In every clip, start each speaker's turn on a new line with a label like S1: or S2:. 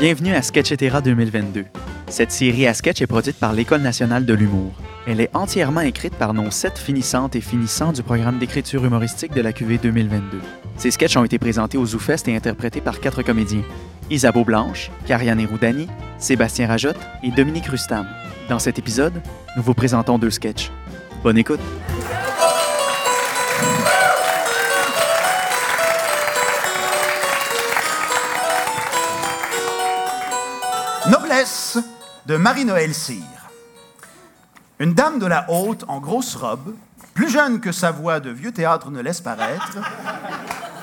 S1: Bienvenue à Sketchetera 2022. Cette série à sketch est produite par l'École nationale de l'humour. Elle est entièrement écrite par nos sept finissantes et finissants du programme d'écriture humoristique de la QV 2022. Ces sketchs ont été présentés au ZooFest et interprétés par quatre comédiens. Isabeau Blanche, Kariane Roudani, Sébastien Rajotte et Dominique Rustam. Dans cet épisode, nous vous présentons deux sketchs. Bonne écoute!
S2: Noblesse de Marie-Noël Cyr. Une dame de la haute en grosse robe, plus jeune que sa voix de vieux théâtre ne laisse paraître,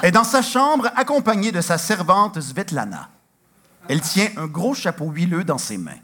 S2: est dans sa chambre accompagnée de sa servante Svetlana. Elle tient un gros chapeau huileux dans ses mains.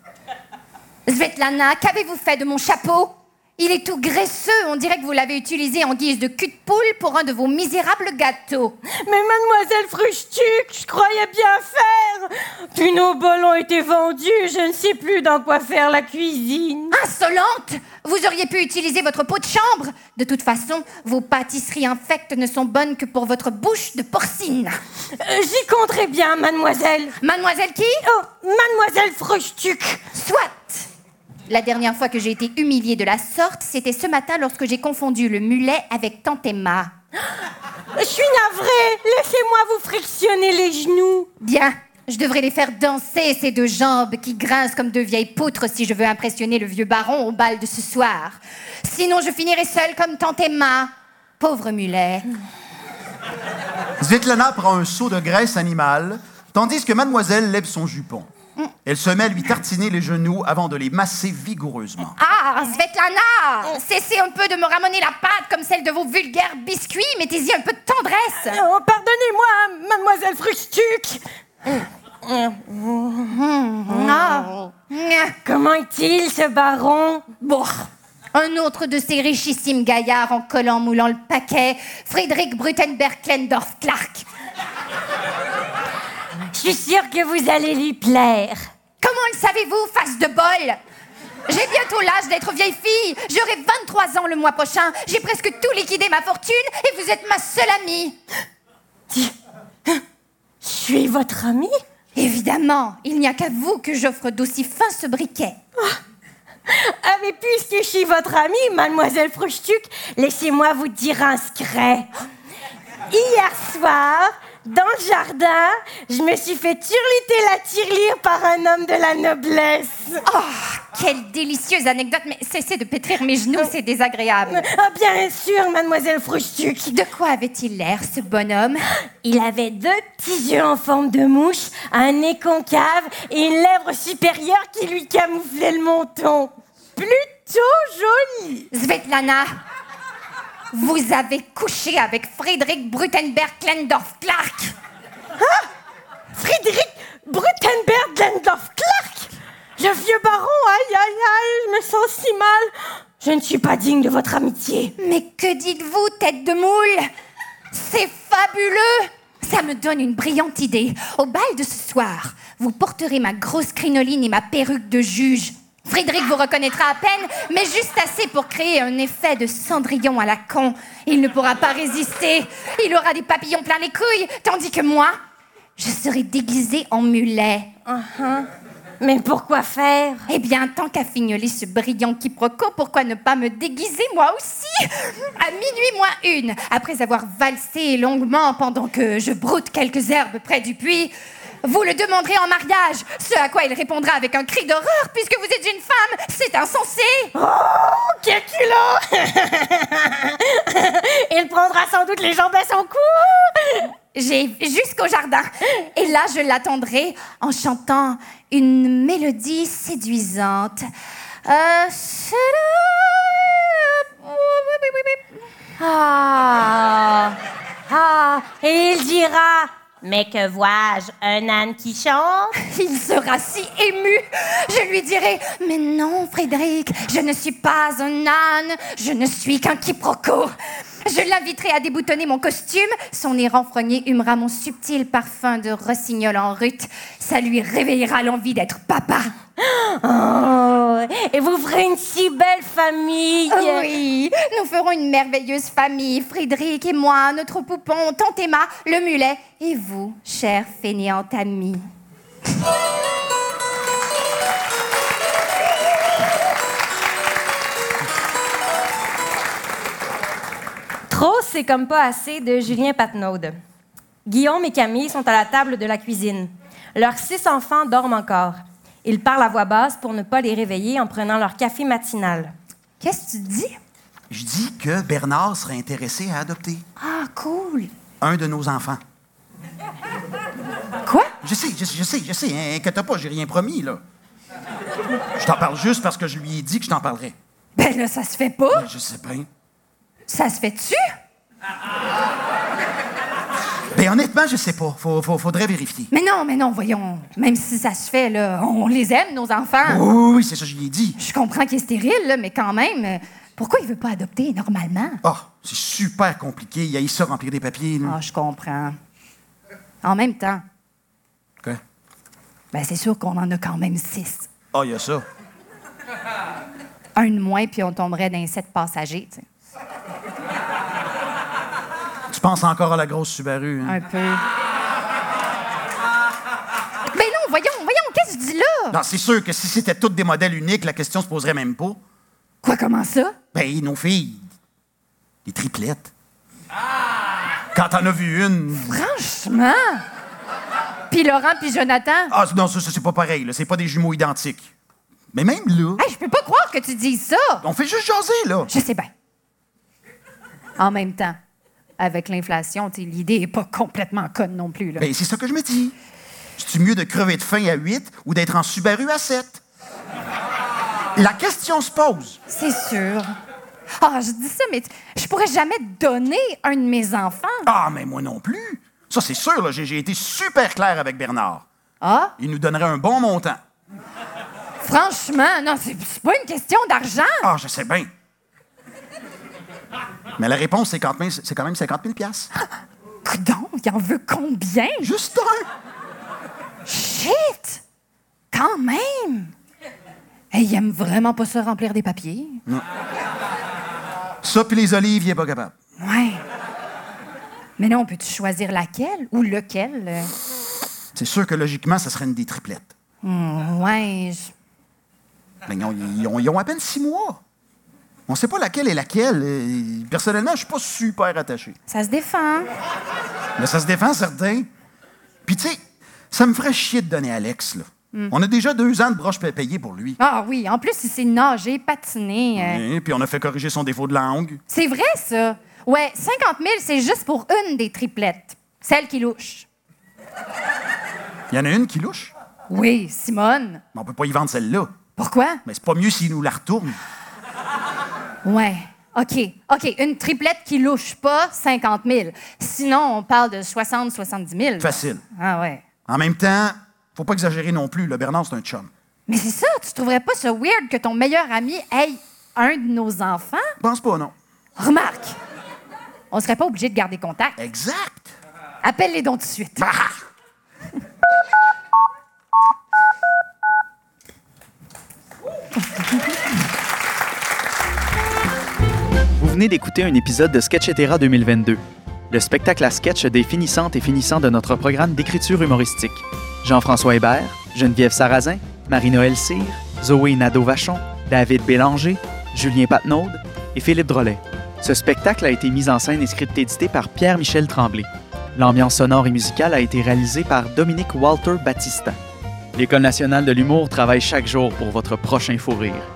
S3: Svetlana, qu'avez-vous fait de mon chapeau Il est tout graisseux, on dirait que vous l'avez utilisé en guise de cul de poule pour un de vos misérables gâteaux.
S4: Mais mademoiselle Fruchtuc, je croyais bien faire Puis nos bols ont été vendus, je ne sais plus dans quoi faire la cuisine.
S3: Insolente Vous auriez pu utiliser votre pot de chambre De toute façon, vos pâtisseries infectes ne sont bonnes que pour votre bouche de porcine.
S4: Euh, J'y compterai bien, mademoiselle.
S3: Mademoiselle qui
S4: Oh, mademoiselle Fruchtuc
S3: Soit La dernière fois que j'ai été humiliée de la sorte, c'était ce matin lorsque j'ai confondu le mulet avec Tante Emma.
S4: Je suis navrée, laissez-moi vous frictionner les genoux.
S3: Bien, je devrais les faire danser, ces deux jambes qui grincent comme deux vieilles poutres si je veux impressionner le vieux baron au bal de ce soir. Sinon, je finirai seule comme tante Emma. Pauvre mulet.
S2: Svetlana prend un seau de graisse animale, tandis que mademoiselle lève son jupon. Elle se met à lui tartiner les genoux avant de les masser vigoureusement.
S3: Ah, Svetlana Cessez un peu de me ramener la pâte comme celle de vos vulgaires biscuits. Mettez-y un peu de tendresse.
S4: Oh, pardonnez-moi, mademoiselle Fruchtuc
S3: Ah.
S4: Comment est-il, ce baron
S3: Bon. Un autre de ces richissimes gaillards en collant moulant le paquet, Frédéric Brutenberg Klendorf Clark.
S4: Je suis sûre que vous allez lui plaire.
S3: Comment le savez-vous, face de bol J'ai bientôt l'âge d'être vieille fille. J'aurai 23 ans le mois prochain. J'ai presque tout liquidé ma fortune et vous êtes ma seule amie.
S4: hein, Je suis votre amie
S3: Évidemment, il n'y a qu'à vous que j'offre d'aussi fin ce briquet.
S4: Ah, mais puisque je suis votre amie, mademoiselle Fruchtuc, laissez-moi vous dire un secret. Hier soir, dans le jardin, je me suis fait turluter la tirelire par un homme de la noblesse.
S3: Oh, quelle délicieuse anecdote, mais cessez de pétrir mes genoux, c'est désagréable.
S4: Ah, bien sûr, mademoiselle Fruchtuc.
S3: De quoi avait-il l'air, ce bonhomme
S4: Il avait deux petits yeux en forme de mouche, un nez concave et une lèvre supérieure qui lui camouflait le menton. Plutôt joli.
S3: Svetlana, vous avez couché avec Frédéric Brutenberg Klendorf Clark.
S4: Frédéric Brutenberg Glendorf Clark Le vieux baron, aïe aïe aïe, je me sens si mal. Je ne suis pas digne de votre amitié.
S3: Mais que dites-vous, tête de moule C'est fabuleux Ça me donne une brillante idée. Au bal de ce soir, vous porterez ma grosse crinoline et ma perruque de juge. Frédéric vous reconnaîtra à peine, mais juste assez pour créer un effet de cendrillon à la con. Il ne pourra pas résister. Il aura des papillons plein les couilles, tandis que moi, je serai déguisée en mulet.
S4: Mais pourquoi faire
S3: Eh bien, tant qu'à fignoler ce brillant quiproquo, pourquoi ne pas me déguiser moi aussi À minuit moins une, après avoir valsé longuement pendant que je broute quelques herbes près du puits, vous le demanderez en mariage, ce à quoi il répondra avec un cri d'horreur, puisque vous êtes une femme, c'est insensé
S4: Oh, quel culot Il prendra sans doute les jambes à son cou
S3: J'ai jusqu'au jardin, et là je l'attendrai en chantant une mélodie séduisante. Euh,
S4: Ah, ah, et il dira Mais que vois-je Un âne qui chante
S3: Il sera si ému. Je lui dirai Mais non, Frédéric, je ne suis pas un âne, je ne suis qu'un quiproquo. Je l'inviterai à déboutonner mon costume. Son air renfrogné humera mon subtil parfum de rossignol en rut. Ça lui réveillera l'envie d'être papa.
S4: Oh, et vous ferez une si belle famille
S3: Oh oui, nous ferons une merveilleuse famille. Frédéric et moi, notre poupon, tante Emma, le mulet et vous, chère fainéante amie.
S4: c'est comme pas assez de Julien Patnaud. Guillaume et Camille sont à la table de la cuisine. Leurs six enfants dorment encore. Ils parlent à voix basse pour ne pas les réveiller en prenant leur café matinal.
S3: Qu'est-ce que tu dis?
S2: Je dis que Bernard serait intéressé à adopter
S3: Ah, cool.
S2: un de nos enfants.
S3: Quoi?
S2: Je sais, je, je sais, je sais, hein, inquiète pas, j'ai rien promis, là. Je t'en parle juste parce que je lui ai dit que je t'en parlerais.
S3: Ben là, ça se fait pas.
S2: Je sais bien.
S3: Ça se fait-tu?
S2: Ben honnêtement, je sais pas. Faut- faut- faudrait vérifier.
S3: Mais non, mais non, voyons. Même si ça se fait, là, on les aime, nos enfants.
S2: Oui, oui, oui, c'est ça, je lui ai dit.
S3: Je comprends qu'il est stérile, là, mais quand même, euh, pourquoi il veut pas adopter normalement?
S2: Ah, c'est super compliqué. Il y a ça remplir des papiers,
S3: Ah,
S2: là.
S3: je comprends. En même temps,
S2: Quoi?
S3: ben c'est sûr qu'on en a quand même six.
S2: Ah, il y a ça.
S3: Un de moins, puis on tomberait dans les sept passagers, tu sais.
S2: Tu penses encore à la grosse Subaru, hein?
S3: Un peu. Mais non, voyons, voyons, qu'est-ce que je dis là?
S2: Non, c'est sûr que si c'était toutes des modèles uniques, la question se poserait même pas.
S3: Quoi, comment ça?
S2: Ben, nos filles, les triplettes. Ah! Quand t'en as vu une.
S3: Franchement! Puis Laurent, puis Jonathan.
S2: Ah, non, ça, ça, c'est pas pareil, là. C'est pas des jumeaux identiques. Mais même là,
S3: Hey, je peux pas croire que tu dises ça!
S2: on fait juste jaser, là.
S3: Je sais bien. En même temps, avec l'inflation, tu sais, l'idée est pas complètement conne non plus. Là.
S2: Ben, c'est ça que je me dis. C'est-tu mieux de crever de faim à 8 ou d'être en Subaru à 7? La question se pose.
S3: C'est sûr. Ah, je dis ça, mais tu- je pourrais jamais te donner un de mes enfants.
S2: Ah, mais moi non plus. Ça, c'est sûr, là, j'ai j'ai été super clair avec Bernard.
S3: Ah,
S2: Il nous donnerait un bon montant.
S3: franchement, non, c'est c'est pas une question d'argent.
S2: Ah, je sais bien. Mais la réponse, c'est quand même, c'est quand même 50 000 piastres.
S3: Coudon, il en veut combien?
S2: Juste un.
S3: Shit! Quand même! Hey, il aime vraiment pas ça remplir des papiers.
S2: Ça, puis les olives, il est pas capable.
S3: Ouais. Mais non, peux-tu choisir laquelle ou lequel? euh?
S2: C'est sûr que logiquement, ça serait une des triplettes.
S3: Hmm, ouais, je-
S2: Mais ils ont, ils ont- ils ont à peine six mois. On sait pas laquelle est laquelle. Euh, Personnellement, je suis pas super attaché.
S3: ça se défend.
S2: Mais ça se défend, certains. Puis, tu sais, ça me ferait chier de donner à Alex, là. On a déjà deux ans de broches pa- payées pour lui.
S3: Ah oui, en plus, il sait nager, patiner. euh.
S2: Et puis, on a fait corriger son défaut de langue.
S3: C'est vrai, ça. Ouais, 50 000, c'est juste pour une des triplettes. Celle qui louche.
S2: Il y en a une qui louche.
S3: Oui, Simone.
S2: Mais on peut pas y vendre celle-là.
S3: Pourquoi?
S2: Mais c'est pas mieux s'il nous la retourne.
S3: Ouais. OK, OK. Une triplette qui louche pas, 50 000. Sinon, on parle de 60 70 000.
S2: Facile.
S3: Ah ouais.
S2: En même temps, faut pas exagérer non plus. Le Bernard, c'est un chum.
S3: Mais c'est ça, tu trouverais pas ça weird que ton meilleur ami ait un de nos enfants?
S2: Je pense pas, non.
S3: Remarque, on serait pas obligé de garder
S2: Eh.
S3: contact.
S2: Exact.
S3: Appelle les dons tout de suite.
S2: Bah!
S1: Vous venez d'écouter un épisode de Sketchetera 2022, le spectacle à sketch des finissantes et finissants de notre programme d'écriture humoristique. Jean-François Hébert, Geneviève Sarrazin, Marie-Noël Cyr, Zoé Nadeau-Vachon, David Bélanger, Julien Patnaud et Philippe Drolet. Ce spectacle a été mis en scène et script édité par Pierre-Michel Tremblay. L'ambiance sonore et musicale a été réalisée par Dominique Walter Battista. L'École nationale de l'humour travaille chaque jour pour votre prochain fou rire.